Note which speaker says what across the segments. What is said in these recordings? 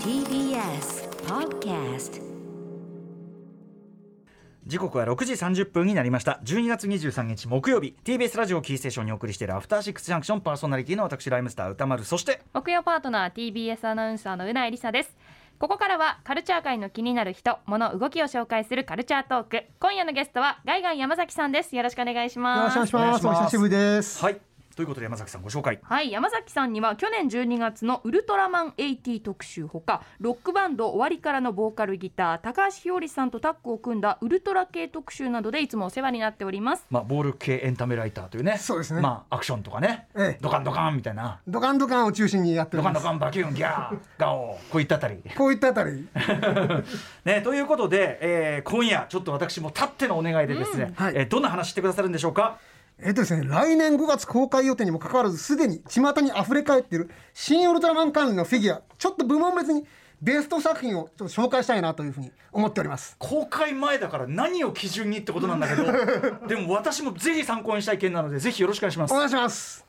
Speaker 1: TBS Podcast
Speaker 2: 時刻は6時30分になりました12月23日木曜日 TBS ラジオキーステーションにお送りしているアフターシックスジャンクションパーソナリティの私ライムスター歌丸そして
Speaker 3: 木曜パートナー TBS アナウンサーのうなえりさですここからはカルチャー界の気になる人物動きを紹介するカルチャートーク今夜のゲストはガイガン山崎さんですよろしくお願いし
Speaker 4: よろ
Speaker 3: ま
Speaker 4: しく
Speaker 3: す
Speaker 4: お願いします。お久しぶりです。
Speaker 2: はいということで山崎さんご紹介
Speaker 3: はい山崎さんには去年12月の「ウルトラマン80」特集ほかロックバンド「終わりから」のボーカルギター高橋ひよりさんとタッグを組んだウルトラ系特集などでいつもお世話になっております
Speaker 2: まあボール系エンタメライターというね
Speaker 4: そうですね
Speaker 2: まあアクションとかね、
Speaker 4: ええ
Speaker 2: ドカンドカンみたいな
Speaker 4: ドカンドカンを中心にやってお
Speaker 2: ド
Speaker 4: り
Speaker 2: カンド
Speaker 4: ます。
Speaker 2: カンバキュンギャーガオーこういったあたり
Speaker 4: こういったあたり、
Speaker 2: ねということで、えー今夜ちょっと私もたってのお願いでですね、
Speaker 4: はい
Speaker 2: えーどんな話してくださるんでしょうか
Speaker 4: えっとですね、来年5月公開予定にもかかわらず、すでに巷に溢れ返っている新ウルトラマン関連のフィギュア、ちょっと部門別にベスト作品をちょっと紹介したいなというふうに思っております。
Speaker 2: 公開前だから何を基準にってことなんだけ どでも私もぜひ参考にしたい件なのでぜひよろしくお願いします
Speaker 4: お願いします。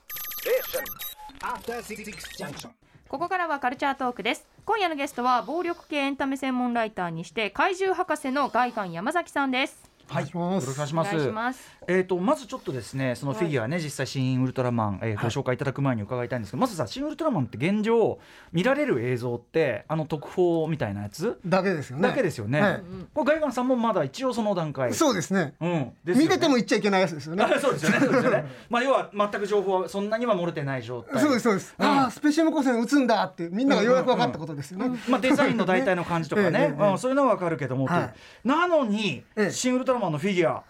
Speaker 3: ここからはカルチャートークです今夜のゲストは暴力系エンタメ専門ライターにして怪獣博士のガイガン山崎さんです
Speaker 2: はい、
Speaker 4: お願いします
Speaker 2: よろくお願いします。
Speaker 3: お願いします
Speaker 2: えっ、と、まずちょっとですね、そのフィギュアね、実際新ウルトラマン、えーご紹介いただく前に伺いたいんですけど、まずさ、新ウルトラマンって現状。見られる映像って、あの特報みたいなやつ、
Speaker 4: だけですよね。
Speaker 2: だけですよね。
Speaker 4: はい
Speaker 2: これガイガンさんもまだ一応その段階。
Speaker 4: そうですね。
Speaker 2: うん、ですよね
Speaker 4: 見てても言っちゃいけないやつですよね。
Speaker 2: あ そうですよね。そうですよね。まあ、要は全く情報はそんなには漏れてない状態。
Speaker 4: そうです、そうです。
Speaker 2: うん
Speaker 4: ああ、スペシウム光線打つんだって、みんながようやく分かったことですよね。
Speaker 2: まあ、デザインの大体の感じとか
Speaker 4: ええ
Speaker 2: ね、
Speaker 4: ええ
Speaker 2: うん、そういうのはわかるけども、
Speaker 4: はい
Speaker 2: なのに、
Speaker 4: ええ
Speaker 2: 新ウルトラマンのフィギュア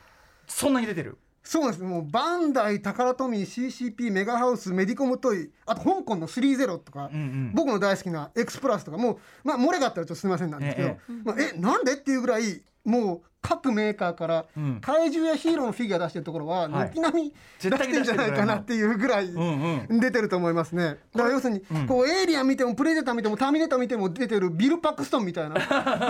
Speaker 2: そんなに出てる
Speaker 4: そうなんですもうバンダイ、タカラトミー、CCP、メガハウス、メディコムトイ、あと香港の30とか、
Speaker 2: うんうん
Speaker 4: 僕の大好きな X プラスとか、もう、まあ、漏れがあったらちょっとすみませんなんですけど、
Speaker 2: え
Speaker 4: まあ、えなんでっていうぐらい、もう各メーカーから
Speaker 2: うん
Speaker 4: 怪獣やヒーローのフィギュア出してるところは、
Speaker 2: はい
Speaker 4: 軒並み出
Speaker 2: 絶対
Speaker 4: し
Speaker 2: に
Speaker 4: て
Speaker 2: 出
Speaker 4: ん
Speaker 2: して
Speaker 4: じゃ
Speaker 2: るぐら
Speaker 4: ないいかなっていうぐらい
Speaker 2: ん
Speaker 4: 出てると思いますね。だから要するに、こうエイリアン見ても、プレデター見ても、ターミネーター見ても出てるビル・パクストンみ たいな、い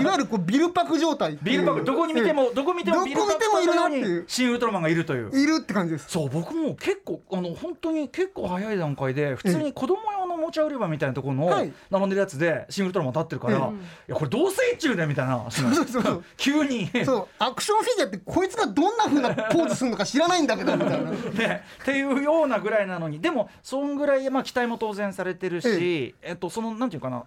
Speaker 4: わゆるこうビル・パク状態って
Speaker 2: ビ
Speaker 4: い
Speaker 2: ー
Speaker 4: う
Speaker 2: ルパックどこに見ても、どこ見ても
Speaker 4: ど
Speaker 2: ビ
Speaker 4: こ
Speaker 2: ールパッ
Speaker 4: 見
Speaker 2: ク
Speaker 4: てもいるな
Speaker 2: の
Speaker 4: って
Speaker 2: よう
Speaker 4: い
Speaker 2: に
Speaker 4: う、
Speaker 2: 新ウルトラマンがいるという。
Speaker 4: いるって感じです。
Speaker 2: そう僕も結構あの本当に結構早い段階で普通に子供用のおもちゃ売り場みたいなところの
Speaker 4: はい
Speaker 2: 並んでるやつで新ウルトラマン立ってるから、
Speaker 4: う
Speaker 2: いやこれどうせ一中だよみたい なその
Speaker 4: そうそうそう
Speaker 2: 急に
Speaker 4: そうアクションフィギュアってこいつがどんな風なポーズするのか知らないんだけどみたいな
Speaker 2: ね、っていうようなぐらいなのにでもそんぐらい、まあ、期待も当然されてるし、えっと、そのなんていうかな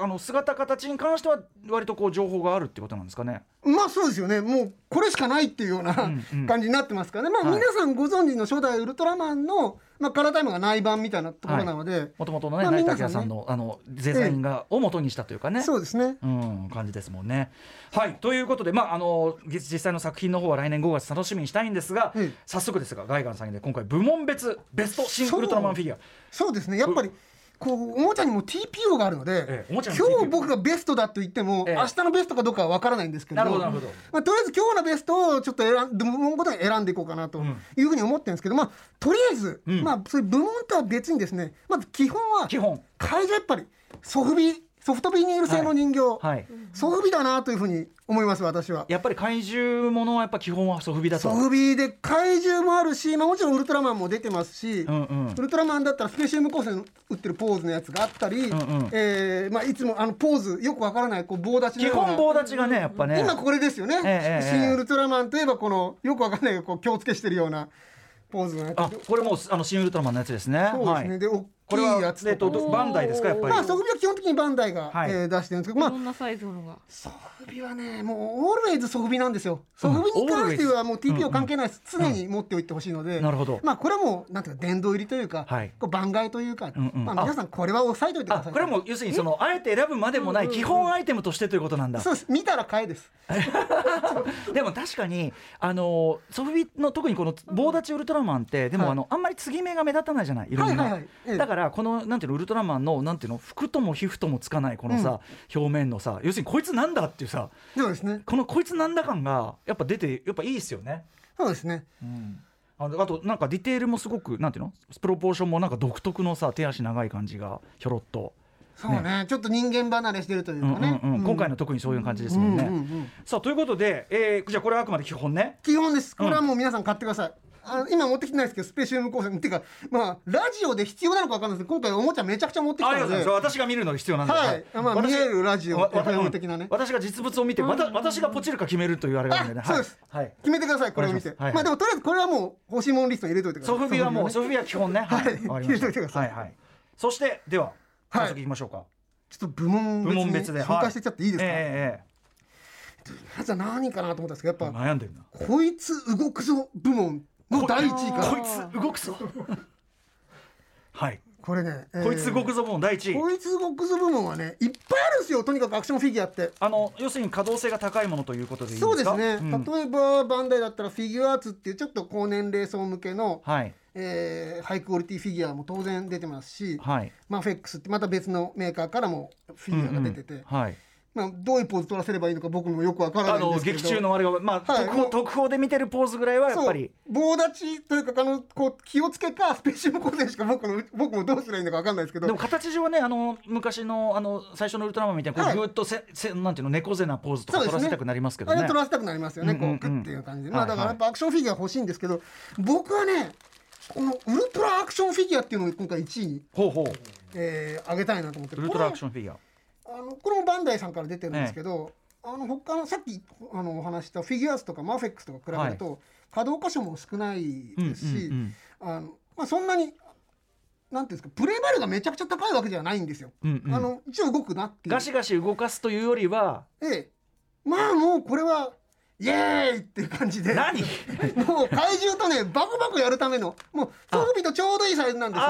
Speaker 2: あの姿形に関しては割とこう情報があるってことなんですかね。
Speaker 4: まあそうですよねもうこれしかないっていうような
Speaker 2: うんうん
Speaker 4: 感じになってますからね、まあ、
Speaker 2: はい
Speaker 4: 皆さんご存知の初代ウルトラマンの、まあ、カラータイムが内版みたいなところなので、
Speaker 2: もともとのね、
Speaker 4: まあ
Speaker 2: 成田
Speaker 4: 皆
Speaker 2: 明
Speaker 4: さ
Speaker 2: さ
Speaker 4: ん
Speaker 2: ん
Speaker 4: ね
Speaker 2: のあのデザインが、を元にしたというかね。
Speaker 4: そうですね
Speaker 2: うん、感じですもんね。はいということで、まあ、あの実実際の作品の方は来年5月楽しみにしたいんですが、
Speaker 4: うん
Speaker 2: 早速ですがガイガンさんにね今回部門別ベストシン・ウルトラマンフィギュア
Speaker 4: そうですねやっぱりこうおもちゃにも TPO があるので、
Speaker 2: ええおも
Speaker 4: 今
Speaker 2: ちゃにも TPO
Speaker 4: 日僕がベストだと言っても、
Speaker 2: ええ
Speaker 4: 明日のベストかどうかは分からないんですけど
Speaker 2: なるほどなるほど
Speaker 4: まあ、とりあえず今日のベストをちょっと選ん部門ごとに選んでいこうかなと
Speaker 2: ん
Speaker 4: いうふうに思ってるんですけど、まあ、とりあえず、
Speaker 2: うん
Speaker 4: まあ、そういう部門とは別にですねまず基本は
Speaker 2: 基本
Speaker 4: 会場やっぱりソフビソフトビニール製の人形、
Speaker 2: はい
Speaker 4: ソフビだなというふうに思います私は。
Speaker 2: やっぱり怪獣ものはやっぱ基本はソフビだと
Speaker 4: ソフビで怪獣もあるし、まあ、もちろんウルトラマンも出てますし、
Speaker 2: うんうん
Speaker 4: ウルトラマンだったらスペシウム光線打ってるポーズのやつがあったり、
Speaker 2: んうん
Speaker 4: えーまあ、いつもあのポーズよくわからないこう棒立ちの
Speaker 2: 基
Speaker 4: ような
Speaker 2: 本棒立ちがねやっぱね
Speaker 4: 今これですよね、
Speaker 2: ええええ
Speaker 4: 新ウルトラマンといえばこのよくわかんないこう気をつけしてるようなポーズのやつ
Speaker 2: あこれもうあの新ウルトラマンのやつですね。
Speaker 4: そうですね、
Speaker 2: はい、
Speaker 4: で大
Speaker 2: これ
Speaker 4: きい
Speaker 2: は
Speaker 4: やつ
Speaker 2: えっ
Speaker 4: と
Speaker 2: と
Speaker 4: か
Speaker 2: どバンダイですかやっぱり。
Speaker 4: まあソフビは基本的にバンダイが、
Speaker 2: はい
Speaker 4: えー出してるんですけどまあ
Speaker 3: んなサイズのが
Speaker 4: ソフビはねもうオールウェイズソフビなんですよソフビに関してはもう TPO 関係ないです、常に持っておいてほしいので、
Speaker 2: なるほど
Speaker 4: まあこれはもうなんていうか殿堂入りというか、
Speaker 2: はい
Speaker 4: こう番外というか、
Speaker 2: うんうん
Speaker 4: まあ皆さんこれは押さえておいてく
Speaker 2: あ
Speaker 4: ださい
Speaker 2: これはもう要するにそのあえて選ぶまでもない基本アイテムとしてということなんだ。
Speaker 4: そうです見たら買えです
Speaker 2: でも確かにあのソフビの特にこの棒立ちウルトラマンってでも
Speaker 4: はい
Speaker 2: あのあんまり継ぎ目が目立たないじゃないいろん
Speaker 4: はい
Speaker 2: な
Speaker 4: はいはいええ
Speaker 2: だからこのなんていうのウルトラマンのなんていうの服とも皮膚ともつかないこのさ表面のさ要するにこいつなんだっていうさ
Speaker 4: そうですね
Speaker 2: このこいつなんだ感がやっぱ出てやっぱいいですよね。
Speaker 4: そうですね
Speaker 2: うんあのあとなんかディテールもすごくなんていうのプロポーションもなんか独特のさ手足長い感じがひょろっと、
Speaker 4: そうねちょっと人間離れしてるという
Speaker 2: うん
Speaker 4: かね、
Speaker 2: うんうん今回
Speaker 4: の
Speaker 2: の特にそういう感じですもんね。
Speaker 4: うんうんうん
Speaker 2: さあということで、えーじゃあこれはあくまで基本ね。
Speaker 4: 基本ですこれはもう皆さん買ってください、あの今持ってきてないですけどスペシウム光線っていうかまあラジオで必要なのか分かんないですけど今回おもちゃめちゃくちゃ持ってき
Speaker 2: ありが
Speaker 4: た
Speaker 2: とうご
Speaker 4: の
Speaker 2: ざい
Speaker 4: で
Speaker 2: ます私が見るのに必要なんで、
Speaker 4: はいまあ
Speaker 2: 私
Speaker 4: 見えるラジオ
Speaker 2: わわ
Speaker 4: FM 的なね
Speaker 2: 私が実物を見て、わた私がポチるか決めるというあれがあるんでね
Speaker 4: あ
Speaker 2: はい
Speaker 4: そうです
Speaker 2: はい
Speaker 4: 決めてくださいこれを見て、
Speaker 2: はいはい
Speaker 4: まあでもとりあえずこれはもう欲しいものリストに入れといてくださ
Speaker 2: ソ
Speaker 4: い
Speaker 2: フビはもう
Speaker 4: ソ
Speaker 2: ソ
Speaker 4: フ
Speaker 2: フビは基本ねはい
Speaker 4: はい
Speaker 2: わかりまし
Speaker 4: 入れといてくだ
Speaker 2: た
Speaker 4: さ
Speaker 2: はいいはいそしてでは
Speaker 4: はい
Speaker 2: 早速いきましょうか、
Speaker 4: ビはちょっと部門
Speaker 2: 部
Speaker 4: 別
Speaker 2: 門
Speaker 4: に
Speaker 2: 別で
Speaker 4: 紹介していっちゃっていいです
Speaker 2: は
Speaker 4: か、
Speaker 2: いえ
Speaker 4: じゃあ何かなと思ったんですけど
Speaker 2: ええ
Speaker 4: や
Speaker 2: え
Speaker 4: っぱ、
Speaker 2: ええ悩んでるな
Speaker 4: こいつ動くぞ部門の第1位から
Speaker 2: こ
Speaker 4: こ
Speaker 2: いつ動く ぞはい、
Speaker 4: れね、えー
Speaker 2: こいつ動くぞもう第一位
Speaker 4: こいつ動くぞ部門はねいっぱいあるんですよとにかくアクションフィギュアって
Speaker 2: あの要するに可動性が高いものということでいいんです
Speaker 4: そ
Speaker 2: か
Speaker 4: うですね、
Speaker 2: ん
Speaker 4: 例えばバンダイだったらフィギュアーツっていうちょっと高年齢層向けの、
Speaker 2: はい
Speaker 4: えーハイクオリティフィギュアも当然出てますし、
Speaker 2: はい
Speaker 4: まあ、フェックスってまた別のメーカーからもフィギュアが出てて、
Speaker 2: うんうんはい
Speaker 4: まあ、どういうポーズ取らせればいいのか僕もよくわから
Speaker 2: あ
Speaker 4: ないん
Speaker 2: の
Speaker 4: ですけど
Speaker 2: 劇中のあれが、まあ
Speaker 4: はい
Speaker 2: 特報特報で見てるポーズぐらいはやっぱり
Speaker 4: そう棒立ちというかあのこう気をつけかスペシウム光線しか僕の僕もどうすればいいのかわかんないですけど
Speaker 2: でも形上はねあの昔のあの最初のウルトラマンみたいなこ
Speaker 4: は
Speaker 2: う
Speaker 4: い
Speaker 2: ぐーっとせ、せなんていうの猫背なポーズとか
Speaker 4: そう
Speaker 2: 取
Speaker 4: ですね
Speaker 2: らせたくなりますけど
Speaker 4: あれ
Speaker 2: ね
Speaker 4: 取らせたくなりますよね、
Speaker 2: うんうんうん
Speaker 4: こうグッていう感じで、
Speaker 2: はい
Speaker 4: まあだからやっぱアクションフィギュア欲しいんですけど僕はねこのウルトラアクションフィギュアっていうのを今回1位に、
Speaker 2: ほうほう
Speaker 4: えー、上げたいなと思って
Speaker 2: ウルトラアク
Speaker 4: こ
Speaker 2: ションフィギュア
Speaker 4: れあのこれもバンダイさんから出てるんですけど、あの他のさっきあのお話ししたフィギュアースとかマーフェックスとか比べると、可動箇所も少ないですし、
Speaker 2: うんうん
Speaker 4: あのまあ、そんなになんていうんですかプレイバリューがめちゃくちゃ高いわけではないんですよ。
Speaker 2: うんうん
Speaker 4: あの一応動くなっていう
Speaker 2: ガシガシ動かすというよりは
Speaker 4: でまあもうこれはイエーイっていう感じで
Speaker 2: 何
Speaker 4: もう怪獣とねバコバコやるためのもう装備とちょうどいいサイズなんですよ。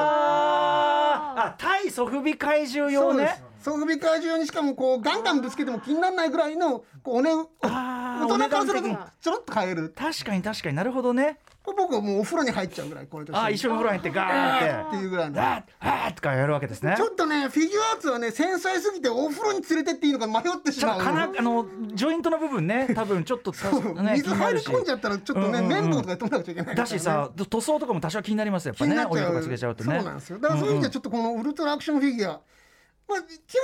Speaker 2: あーあ対ソフビ怪獣用
Speaker 4: そうで
Speaker 2: ね
Speaker 4: す装備怪獣にしかもこうガンガンぶつけても気にならないぐらいのこうおねう
Speaker 2: あー
Speaker 4: 大人からすると
Speaker 2: お値段的に
Speaker 4: ちょろっと変える
Speaker 2: 確かに確かになるほどね
Speaker 4: これ僕はもうお風呂に入っちゃうぐらいこれと
Speaker 2: あー一緒にお風呂入ってガーン
Speaker 4: っ
Speaker 2: ってて
Speaker 4: いうぐらいの
Speaker 2: あーあーとかやるわけですね
Speaker 4: ちょっとねフィギュアーツはね繊細すぎてお風呂に連れてっていいのか迷ってし
Speaker 2: ちょ
Speaker 4: ま
Speaker 2: っ
Speaker 4: う
Speaker 2: とかなあのジョイントの部分 ね多分ちょっとさ
Speaker 4: そう
Speaker 2: ね気
Speaker 4: 水
Speaker 2: にな
Speaker 4: 入
Speaker 2: る
Speaker 4: り
Speaker 2: し
Speaker 4: 込んじゃったらちょっとね、
Speaker 2: うんうんうん
Speaker 4: 綿棒とかで取んなくちゃいけないからね、
Speaker 2: だしさ塗塗装とかも多少気になりますよやっ
Speaker 4: 気
Speaker 2: ぱ
Speaker 4: に
Speaker 2: ね
Speaker 4: なっ
Speaker 2: お
Speaker 4: ち
Speaker 2: 湯
Speaker 4: ゃ
Speaker 2: と
Speaker 4: う
Speaker 2: かつけちゃうとね
Speaker 4: そうなんですよだからそういう意味ではちょっとこのウルトラアクションフィギュア、まあ、基本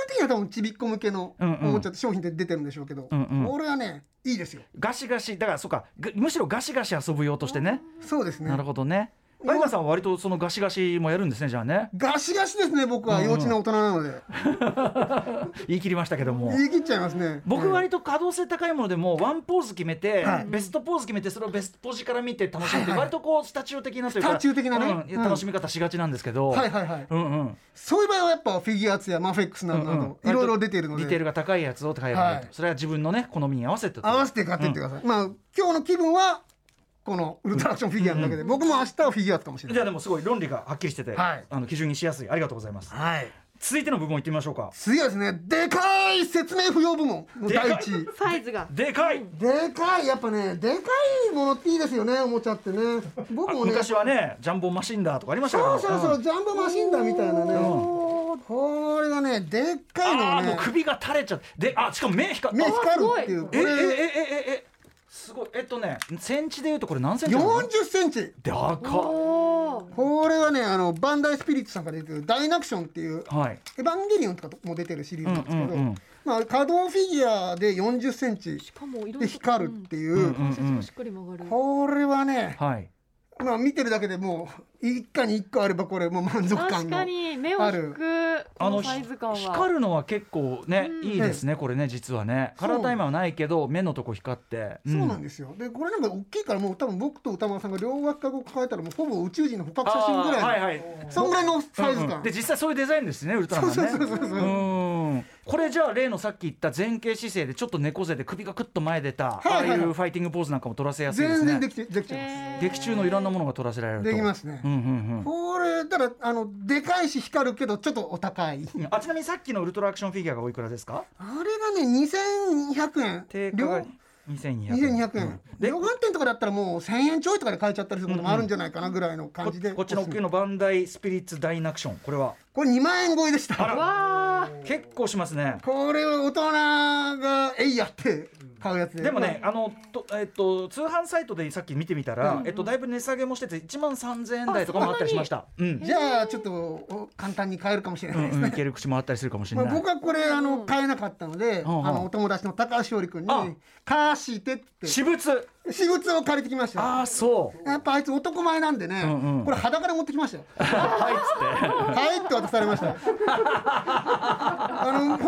Speaker 4: 的には多分ちびっこ向けのお
Speaker 2: うんうん
Speaker 4: もちゃって商品で出てるんでしょうけど、
Speaker 2: うんうん
Speaker 4: これはねいいですよ
Speaker 2: ガシガシだからそうかぐむしろガシガシ遊ぶ用としてね
Speaker 4: そうですね
Speaker 2: なるほどねバイバーさんは割とそのガシガシもやるんですねじゃあね
Speaker 4: ガシガシですね僕は幼稚な大人なので、
Speaker 2: 言い切りましたけども
Speaker 4: 言い切っちゃいますね
Speaker 2: 僕
Speaker 4: はい
Speaker 2: 割と可動性高いものでもワンポーズ決めて、
Speaker 4: はい
Speaker 2: ベストポーズ決めてそれをベストポジから見て楽しむっていう
Speaker 4: はいはい
Speaker 2: 割とこうスタチュー的なというか
Speaker 4: スタチュー的なね
Speaker 2: うん
Speaker 4: うん
Speaker 2: 楽しみ方しがちなんですけど、
Speaker 4: はいはいはい
Speaker 2: うんうん
Speaker 4: そういう場合はやっぱフィギュアーツやマフェックスなどなど、いろいろ出てるの
Speaker 2: ディテール
Speaker 4: で
Speaker 2: が高いやつを買えばいいと、
Speaker 4: はい
Speaker 2: それは自分のね好みに合わせてと
Speaker 4: 合わせて買ってってください、まあ今日の気分はこのウルトラアクションフィギュアだけで、僕も明日はフィギュアーツかもし
Speaker 2: じ
Speaker 4: れな
Speaker 2: ゃ
Speaker 4: い
Speaker 2: あでもすごい論理がはっきりしてて、
Speaker 4: はい
Speaker 2: あの基準にしやすいありがとうございます
Speaker 4: はい
Speaker 2: 続いての部門いってみましょうか
Speaker 4: 次はですねでかい説明不要部門の第一位
Speaker 3: サイズが
Speaker 2: でかい、
Speaker 4: でかいやっぱねでかいものっていいですよねおもちゃってね僕もね
Speaker 2: 昔はねジャンボマシンダーとかありましたけ
Speaker 4: そ
Speaker 2: ど
Speaker 4: うそうそう、ジャンボマシンだみたいなね、これがねでっかいの
Speaker 2: あ
Speaker 4: が
Speaker 2: あーも
Speaker 4: ね
Speaker 2: う首が垂れちゃってであしかも目光っ
Speaker 4: 目
Speaker 2: あ
Speaker 4: 光るっていうこ
Speaker 2: えええ
Speaker 4: れ
Speaker 2: えええすごいえっとねセンチでいうとこれ何センチなの
Speaker 4: 4 0センチ
Speaker 2: でかっ
Speaker 4: これはねあのバンダイスピリッツさんから出てるダイナクションっていう
Speaker 2: はい
Speaker 4: エヴァンゲリオンとかも出てるシリーズなんですけ
Speaker 2: う
Speaker 4: ど、
Speaker 2: んうんうん
Speaker 4: まあ可動フィギュアで4 0センチ
Speaker 3: しかも色
Speaker 4: で光るっていう、
Speaker 2: うんうん
Speaker 3: 関節もしっかり曲がる
Speaker 4: これはね
Speaker 2: はい
Speaker 4: まあ見てるだけでもう一家に一個あればこれもう満足感
Speaker 3: 確
Speaker 4: の
Speaker 3: かに目を引くこのサイズ感は
Speaker 2: ひ光るのは結構ね
Speaker 3: うん
Speaker 2: いいですねこれね実はねカラータイマーはないけど目のとこ光って
Speaker 4: そうなん
Speaker 2: で
Speaker 4: ですよ。で、これなんか大きいから、もう多分僕と歌丸さんが両脇から抱えたら、もうほぼ宇宙人の捕獲写真ぐらいの、
Speaker 2: はいはい
Speaker 4: そんぐらいのサイズ
Speaker 2: うんう
Speaker 4: 感。
Speaker 2: んで実際そういうデザインですねウルトラマンね
Speaker 4: そうそうそうそうそう
Speaker 2: うんこれじゃあ例のさっき言った前傾姿勢でちょっと猫背で首がクッと前出た、
Speaker 4: いはいはい
Speaker 2: ああいうファイティングポーズなんかも取らせやすいですね
Speaker 4: 全然できて、できちゃいま
Speaker 3: へー
Speaker 2: 劇中のいろんなものが取らせられる
Speaker 4: す。
Speaker 2: と
Speaker 4: できますね
Speaker 2: うん。うん
Speaker 4: これ、ただ、あの、でかいし光るけど、ちょっとお高い。
Speaker 2: うんあちなみにさっきのウルトラアクションフィギュアがおいくらですか
Speaker 4: あれがね、2200円。
Speaker 2: 定価が
Speaker 4: 両
Speaker 2: 2200
Speaker 4: 2200
Speaker 2: 円
Speaker 4: 円、量販店とかだったらもう1000円ちょいとかで買えちゃったりすることもあるんじゃないかなぐらいの感
Speaker 2: こ
Speaker 4: じで
Speaker 2: こっちの大きいのバンダイスピリッツダイナクションこれは
Speaker 4: これ2万円超えでした
Speaker 2: ら
Speaker 3: わあ
Speaker 2: 結構しますね
Speaker 4: これは大人がえいやって買うやつで
Speaker 2: でもね、あのとえっと通販サイトでさっき見てみたら、えっとだいぶ値下げもしてて1万3000円台とかもあったりしました。うん、
Speaker 4: じゃあちょっとお簡単に買えるかもしれな
Speaker 2: う
Speaker 4: い
Speaker 2: ん
Speaker 4: です
Speaker 2: うん、い
Speaker 4: ね、
Speaker 2: ける口もあったりするかもしれ
Speaker 4: ま
Speaker 2: な
Speaker 4: あ、
Speaker 2: い。
Speaker 4: 僕はこれあの買えなかったので、
Speaker 2: うんうん
Speaker 4: あのお友達の高橋織君
Speaker 2: あ
Speaker 4: に「貸して」って
Speaker 2: 私物。
Speaker 4: 私物を借りてきましたよ
Speaker 2: ああ そう。
Speaker 4: やっぱあいつ男前なんでね、
Speaker 2: うんうん
Speaker 4: これ裸で持ってきま したよ
Speaker 2: はいっつって。
Speaker 4: はいって渡されましたあの他のフ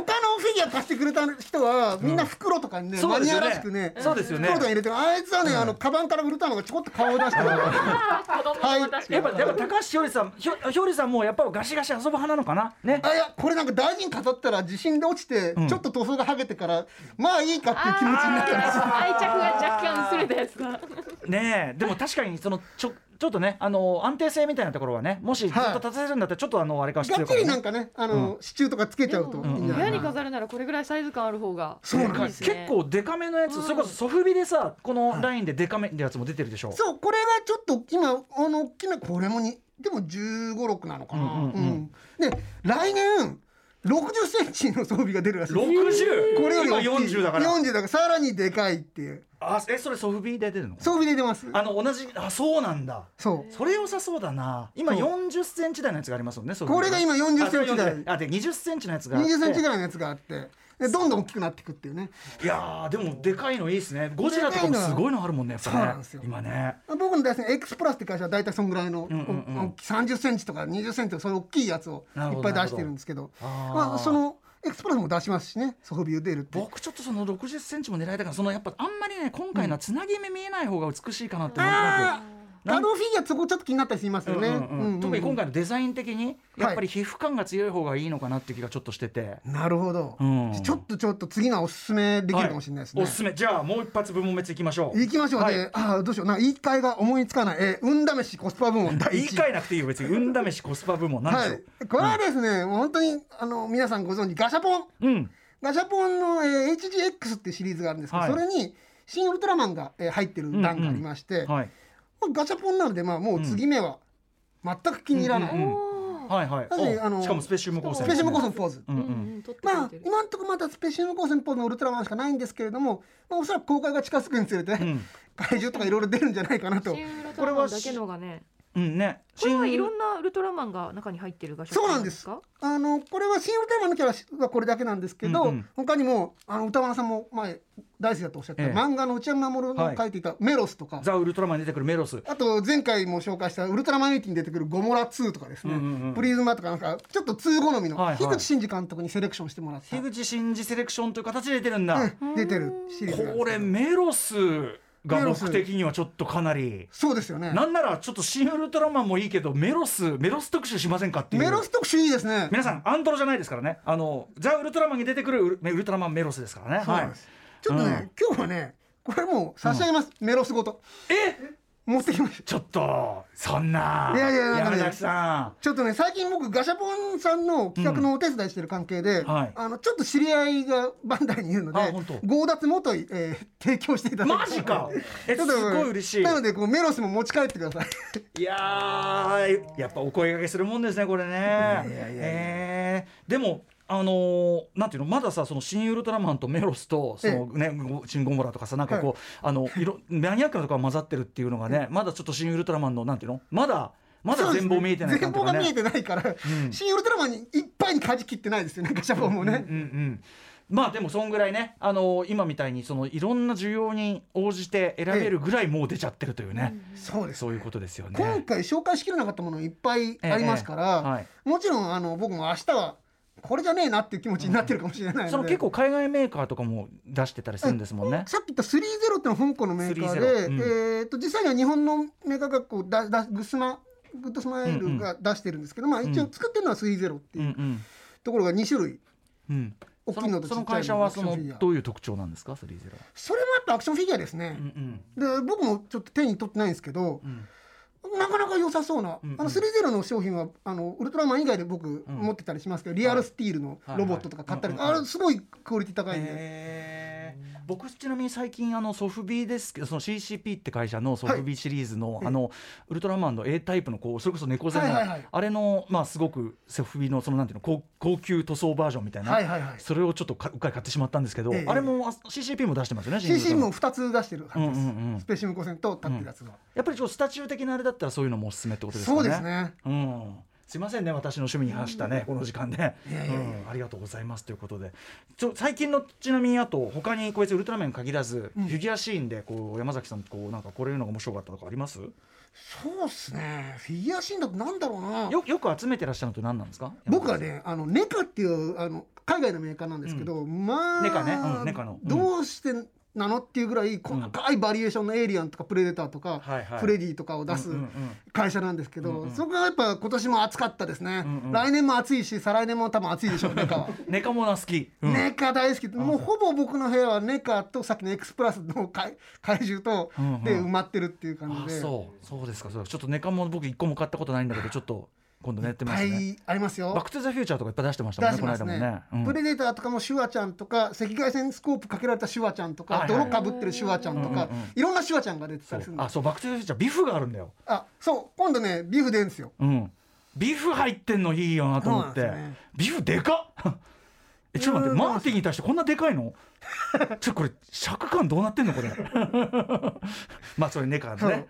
Speaker 4: ィギュア貸してくれた人はみんな袋とかにね、
Speaker 2: そ
Speaker 4: マ
Speaker 2: うで
Speaker 4: ニ
Speaker 2: す
Speaker 4: ア
Speaker 2: よ
Speaker 4: らしく
Speaker 2: ね
Speaker 4: ね。
Speaker 2: そうですよね
Speaker 4: 袋。とか入れてあいつはね、あのカバンからウルトラマンがちょこっと顔を出して る
Speaker 3: 子供も確か
Speaker 2: やっ
Speaker 3: に
Speaker 2: ぱやっぱ高橋ひょりさん、ひょひょりさんもやっぱガシガシ遊ぶ派なのかな。ね。
Speaker 4: あいやこれなんか大事に飾ったら地震で落ちて、
Speaker 2: ん
Speaker 4: ちょっと塗装が剥げてからまあいいかっていう気持ちになってます
Speaker 3: 愛着が若干薄れたやつだ
Speaker 2: ねえでも確かにそのちょちょっとねあの安定性みたいなところはねもしずっと立たせるんだったらちょっとあのあれか必
Speaker 4: が
Speaker 2: 要
Speaker 4: っ
Speaker 2: か
Speaker 4: ち
Speaker 2: も、
Speaker 4: りな
Speaker 2: ね
Speaker 4: ん、かねあの、支柱とかつけちゃうといいんじゃ
Speaker 3: 部屋
Speaker 4: ない
Speaker 3: に
Speaker 4: かな
Speaker 3: 飾るならこれぐらいサイズ感ある方が
Speaker 4: そうなんです
Speaker 3: す
Speaker 2: 結構デカめのやつ、それこそソフビでさこのラインでデカめってやつも出てるでしょ
Speaker 4: そうこれがちょっと今あの大きなこれもにでも1 5六6なのかな、
Speaker 2: うんうんう
Speaker 4: うんで来年6 0ンチの装備が出るらしいです
Speaker 2: 60
Speaker 4: これより
Speaker 2: 今
Speaker 4: 大きい
Speaker 2: 40だから
Speaker 4: 40だからさらにでかいっていう
Speaker 2: あえそれソフビで出るの
Speaker 4: 装備で出ます
Speaker 2: あの同じあそうなんだ
Speaker 4: そう
Speaker 2: それ良さそうだな今
Speaker 4: そう
Speaker 2: 4 0センチ台のやつがありますもんねソフビ
Speaker 4: これが今40センチ
Speaker 2: あ
Speaker 4: 台
Speaker 2: あで2 0センチのやつがあって
Speaker 4: 20センチぐらいのやつがあってでどんどん大きくなっていくっていうね
Speaker 2: いやーでもでかいのいいですねゴジラとかもすごいのあるもんねやっぱね
Speaker 4: そうなんですよ
Speaker 2: 今ね
Speaker 4: 僕の大好きな X プラスって会社は大体そんぐらいのお
Speaker 2: んうんうん
Speaker 4: 大き30センチとか20センチとかそういう大きいやつをい
Speaker 2: なるほ
Speaker 4: っ
Speaker 2: ど
Speaker 4: ぱい出してるんですけど
Speaker 2: なるほどあー
Speaker 4: まあその X プラスも出しますしねソフビを出るっていう
Speaker 2: 僕ちょっとその60センチも狙いたからそのやっぱあんまりね今回のはつなぎ目見えない方が美しいかなってなんと
Speaker 4: あ
Speaker 2: なく
Speaker 4: ー
Speaker 2: な
Speaker 4: ガ
Speaker 2: ん
Speaker 4: ドフィギュアそこちょっと気になったりしますよね
Speaker 2: うんうんうん
Speaker 4: うんうんうん
Speaker 2: 特に今回のデザイン的にやっぱり皮膚感が強い方がいいのかなっていう気がちょっとしてて、
Speaker 4: なるほど
Speaker 2: うん
Speaker 4: ちょっとちょっと次のはおすすめできるかもしれないですね
Speaker 2: おすすめじゃあもう一発部門別いきましょう
Speaker 4: 行きましょう
Speaker 2: はい
Speaker 4: ね、ああどうしようなんか言い換えが思いつかない、えー、運試しコスパ部門第
Speaker 2: 言い
Speaker 4: 1位
Speaker 2: 換えなくていいよ別に運試しコスパ部門なんで
Speaker 4: は
Speaker 2: しょう、
Speaker 4: いこれはですね、もう本当にあの皆さんご存知ガシャポン
Speaker 2: うん
Speaker 4: ガシャポンの、えー HGX っていうシリーズがあるんですけど、
Speaker 2: はい
Speaker 4: それに「新ウルトラマンが」えー入ってる段がありまして、
Speaker 2: はい、
Speaker 4: まあガシャポンなので、まあ、もう継ぎ目は全く気に入らない、
Speaker 2: うんうんうんはいはい
Speaker 4: なので
Speaker 2: お
Speaker 4: あの
Speaker 2: しかもスペシウム光線
Speaker 4: スペシウムコースのポーズ。
Speaker 2: うんうん
Speaker 4: まあ、今のところまだスペシウム光線ポーズのウルトラマンしかないんですけれども、まあ、おそらく公開が近づくにつれて、
Speaker 2: ん
Speaker 4: 怪獣とかいろいろ出るんじゃないかなと
Speaker 3: これはだけのがね
Speaker 2: うんね
Speaker 3: これはい
Speaker 2: 新
Speaker 3: ろんなウルトラマンが中に入ってるガシャ
Speaker 4: そうなんで
Speaker 3: ポ
Speaker 4: す
Speaker 3: ンか。
Speaker 4: あのこれは新ウルトラマンのキャラはこれだけなんですけど、
Speaker 2: うんうん
Speaker 4: 他にもあの歌丸さんも前大好きだとおっしゃった、
Speaker 2: ええ
Speaker 4: 漫画の内山守の書いていたメロスとか、
Speaker 2: ザ・ウルトラマンに出てくるメロス
Speaker 4: あと前回も紹介したウルトラマンエイティに出てくるゴモラ2とかですね、
Speaker 2: うんうんうん
Speaker 4: プリズマとかなんかちょっと2好みの
Speaker 2: はいはい
Speaker 4: 樋口真嗣監督にセレクションしてもらって、
Speaker 2: 樋口真嗣セレクションという形で出てるんだ、
Speaker 4: うん出てるシリーズなんです
Speaker 2: これメロスが
Speaker 4: メロ
Speaker 2: 目
Speaker 4: ス
Speaker 2: 的にはちょっとかなり
Speaker 4: そうですよね
Speaker 2: なんならちょっと新ウルトラマンもいいけどメロスメロス特集しませんかっていう
Speaker 4: メロス特集いいですね
Speaker 2: 皆さんアントロじゃないですからねあのザ・ウルトラマンに出てくるウルウルトラマンメロスですからね
Speaker 4: そう
Speaker 2: は
Speaker 4: ないんですちょっとね、今日はねこれもう差し上げます、メロスごと
Speaker 2: え
Speaker 4: 持ってきました
Speaker 2: ちょっとそんない
Speaker 4: やいやなんか
Speaker 2: 山
Speaker 4: ね
Speaker 2: 崎さ
Speaker 4: ちょっとね最近僕ガシャポンさんの企画のお手伝いしてる関係で、
Speaker 2: んはい
Speaker 4: あのちょっと知り合いがバンダイにいるので
Speaker 2: あ本当
Speaker 4: 強奪元井、えー提供していた
Speaker 2: ん
Speaker 4: だいて
Speaker 2: マジかえ
Speaker 4: ち
Speaker 2: す
Speaker 4: ょっと
Speaker 2: ごい嬉しい
Speaker 4: なのでこうメロスも持ち帰ってください
Speaker 2: いやーやっぱお声掛けするもんですねこれね。えーでもあのーなんていうのまださその新ウルトラマンとメロスとそのねゴシンゴモラとかさなんかこう、あのいろマニアックなとこが混ざってるっていうのがねまだちょっと新ウルトラマンのなんていうのまだまだ全貌見えてない
Speaker 4: 全
Speaker 2: 感じ
Speaker 4: 貌
Speaker 2: が
Speaker 4: が見え
Speaker 2: ね。
Speaker 4: てないから、
Speaker 2: ん
Speaker 4: 新ウルトラマンにいっぱいにかじ切ってないですよねガシャポンもね、
Speaker 2: うんうんまあでもそんぐらいね、あのー今みたいにそのいろんな需要に応じて選べるぐらいもう出ちゃってるというね、
Speaker 4: そうです
Speaker 2: そういうことですよね。
Speaker 4: 今回紹介しきれなかったものいっぱいありますから、
Speaker 2: ええはい
Speaker 4: もちろんあの僕も明日はこれじゃねえなっていう気持ちになってるかもしれないので、
Speaker 2: その結構海外メーカーとかも出してたりするんですもんね。
Speaker 4: さっき言った3-0ってのは香港のメーカーで、
Speaker 2: 3-0うん
Speaker 4: えー、と実際には日本のメーカーがこうだだグッスマグッドスマイルが出してるんですけど、まあ、一応作ってるのは3-0って
Speaker 2: うん
Speaker 4: いううんところが2種類
Speaker 2: うん、
Speaker 4: 大きいのとち
Speaker 2: そ
Speaker 4: っちゃいの
Speaker 2: の会社はそ
Speaker 4: ア
Speaker 2: の
Speaker 4: クションフィギュア
Speaker 2: どういう特徴なんですか、スリーゼロ。
Speaker 4: それもやっぱアクションフィギュアですね、
Speaker 2: ん
Speaker 4: で僕もちょっと手に取ってないんですけど
Speaker 2: う、ん
Speaker 4: なかなか良さそうな、
Speaker 2: うんうん
Speaker 4: あの3-0の商品はあのウルトラマン以外で僕
Speaker 2: ん
Speaker 4: 持ってたりしますけど、リアルスティールのロボットとか買ったり、
Speaker 2: はいはいはい
Speaker 4: あれすごいクオリティ高いんで、
Speaker 2: へえ僕ちなみに最近あのソフビですけどその CCP って会社のソフビシリーズの、あのウルトラマンの A タイプのこうそれこそ猫背の、
Speaker 4: はいはいはい
Speaker 2: あれのまあすごくソフビのそのなんていうの高高級塗装バージョンみたいな、
Speaker 4: はいはいはい
Speaker 2: それをちょっとかうっかり買ってしまったんですけど、
Speaker 4: ええ
Speaker 2: あれもあ CCP も出してますよね。新ウルト
Speaker 4: CC
Speaker 2: ラマン
Speaker 4: も2つ出してるはずです、
Speaker 2: うんうんうん
Speaker 4: スペシウム光線と立ってるやつが、
Speaker 2: やっぱりちょっとスタチュー的なあれだったらそういうのもおすすめってことですかね。
Speaker 4: そうですね
Speaker 2: うんすいませんね私の趣味に反したね、この時間で、うんありがとうございますということでちょ最近のちなみにあと他にこいつウルトラメン限らず、フィギュアシーンでこう山崎さんこうなんかこれいうのが面白かったとかありますよ
Speaker 4: そうっすねフィギュアシーンだとなんだろうな
Speaker 2: よく集めてらっしゃるのって何なんですか
Speaker 4: 僕は
Speaker 2: 山崎
Speaker 4: ねあのネカっていうあの海外のメーカーなんですけど、まあ
Speaker 2: ネカねうんネカのうん
Speaker 4: どうしてなのっていうぐらい細かいバリエーションのエイリアンとかプレデターとか、
Speaker 2: はいはい
Speaker 4: フレディとかを出す
Speaker 2: うんうんうん
Speaker 4: 会社なんですけど、
Speaker 2: うんうん
Speaker 4: そこがやっぱ今年も暑かったですね、
Speaker 2: うんうん
Speaker 4: 来年も暑いし再来年も多分暑いでしょうネカは。
Speaker 2: さんネカモナ好き、 うん
Speaker 4: ネカ大好き、もうほぼ僕の部屋はネカとさっきのエクスプラスの怪怪獣と
Speaker 2: うんうん
Speaker 4: で埋まってるっていう感
Speaker 2: あ
Speaker 4: じで、
Speaker 2: そうそうですかそうちょっとネカモ僕一個も買ったことないんだけどちょっと今度ねやってみま
Speaker 4: は
Speaker 2: すね
Speaker 4: いありますよ
Speaker 2: バック・トゥ・ザ・フューチャーとかいっぱい出してましたもん
Speaker 4: 出
Speaker 2: ね
Speaker 4: し
Speaker 2: この間
Speaker 4: ます
Speaker 2: も
Speaker 4: ね
Speaker 2: ね、うん
Speaker 4: プレデターとかもシュワちゃんとか赤外線スコープかけられたシュワちゃんとか、
Speaker 2: はいはい
Speaker 4: 泥かぶってるシュワちゃんとか、
Speaker 2: うんうんうん
Speaker 4: いろんなシュワちゃんが出て
Speaker 2: そ
Speaker 4: たりす
Speaker 2: う
Speaker 4: るんで
Speaker 2: あ
Speaker 4: す
Speaker 2: そうバック・トゥ・ザ・フューチャービフがあるんだよ
Speaker 4: あそう今度ねビーフ出るんですよ
Speaker 2: うん、ビフ入ってんのいいよなと思って、
Speaker 4: そうなんですよね
Speaker 2: ビフでかっ えちょっと待って
Speaker 4: いやー
Speaker 2: マーティンに対してこんなでかいのちょこれ尺感どうなってんのこれ まあそれネカ
Speaker 4: そう
Speaker 2: ね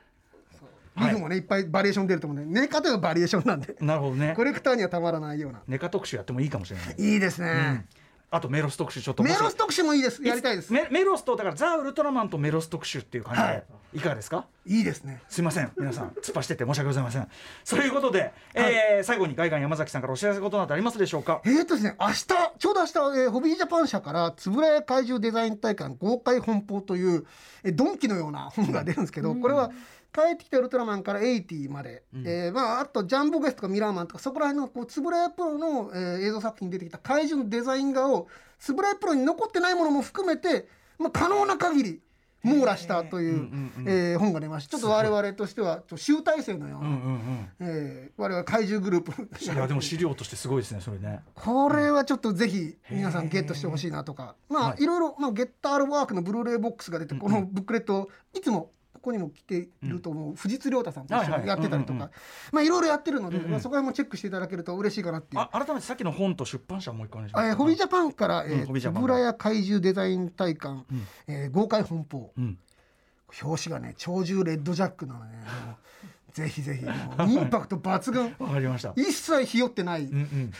Speaker 4: ビーフもねいっぱいバリエーション出ると思うんでネカというバリエーションなんで
Speaker 2: なるほどね
Speaker 4: コレクターにはたまらないような
Speaker 2: ネカ特集やってもいいかもしれない
Speaker 4: いいですね、
Speaker 2: あとメロス特集ちょっともし
Speaker 4: メロス特集もいいですやりたいです
Speaker 2: メメロスとだからザ・ウルトラマンとメロス特集っていう感じで、
Speaker 4: はい
Speaker 2: い、かがですか
Speaker 4: いいですね
Speaker 2: すいませ ん皆さん突っ走ってて申し訳ございませんそういうことで、えー最後にガイガン山崎さんからお知らせことなどありますでしょうか
Speaker 4: えーとですね、明日ちょうど明日、えーホビージャパン社から円谷怪獣デザイン大会の豪快奔放という、えードンキのような本が出るんですけど、これは帰ってきたウルトラマンからエイティまで、えーまあ、あとジャンボゲスとかミラーマンとかそこら辺のこう円谷プロの、えー映像作品に出てきた怪獣のデザイン画を円谷プロに残ってないものも含めて、まあ、可能な限り網羅したという、えー本が出ましてちょっと我々としてはちょっと集大成のような、
Speaker 2: うんうん
Speaker 4: えー我々怪獣グループ
Speaker 2: うんいやでも資料としてすごいですねそれね
Speaker 4: これはちょっとぜひ皆さんゲットしてほしいなとかまあ
Speaker 2: はい
Speaker 4: いろいろ、まあ、ゲッタールワークのブルーレイボックスが出てこのブックレットをいつもここにも来ていると思う藤津亮太さんと一緒にやってたり
Speaker 2: はいはいうんう
Speaker 4: と
Speaker 2: んう
Speaker 4: かまあいろいろやってるので、まあ、そこら辺もチェックしていただけると嬉しいかなっていう
Speaker 2: あ。改めてさっきの本と出版社もう一回お願いします。
Speaker 4: えー、ホビージャパンから、え
Speaker 2: うんホビージ
Speaker 4: ー、
Speaker 2: ャパン
Speaker 4: ブラヤ怪獣デザイン大館、えー豪快奔放、
Speaker 2: ん
Speaker 4: 表紙がね鳥獣レッドジャックなのねもうぜひぜひもうインパクト抜群
Speaker 2: わかりました。
Speaker 4: 一切ひよってない
Speaker 2: うんうん。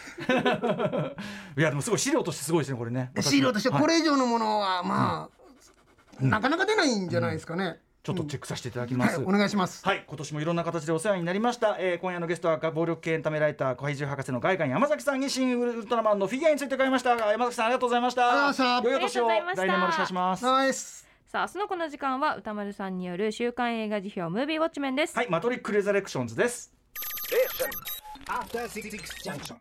Speaker 2: いやでもすごい資料としてすごいですねこれね。
Speaker 4: 資料として
Speaker 2: はい
Speaker 4: これ以上のものはまあ、なかなか出ないんじゃないですかね、
Speaker 2: ちょっとチェックさせていただきま
Speaker 4: はい
Speaker 2: す。
Speaker 4: お願いします、
Speaker 2: はい今年もいろんな形でお世話になりました、えー、今夜のゲストは暴力系エンタメライター怪獣博士の外観山崎さんに新ウルトラマンのフィギュアについて伺いました山崎さんありがとうございました
Speaker 4: ありがとうございました
Speaker 2: 良いお年を
Speaker 3: あり
Speaker 2: 来
Speaker 3: がとうございました
Speaker 2: 年もよろしくお願いします
Speaker 4: ナイス
Speaker 3: さあ明日のこの時間は歌丸さんによる週刊映画辞表ムービーウォッチメンです
Speaker 2: はいマトリックレザレクションズです
Speaker 5: After Six Junction.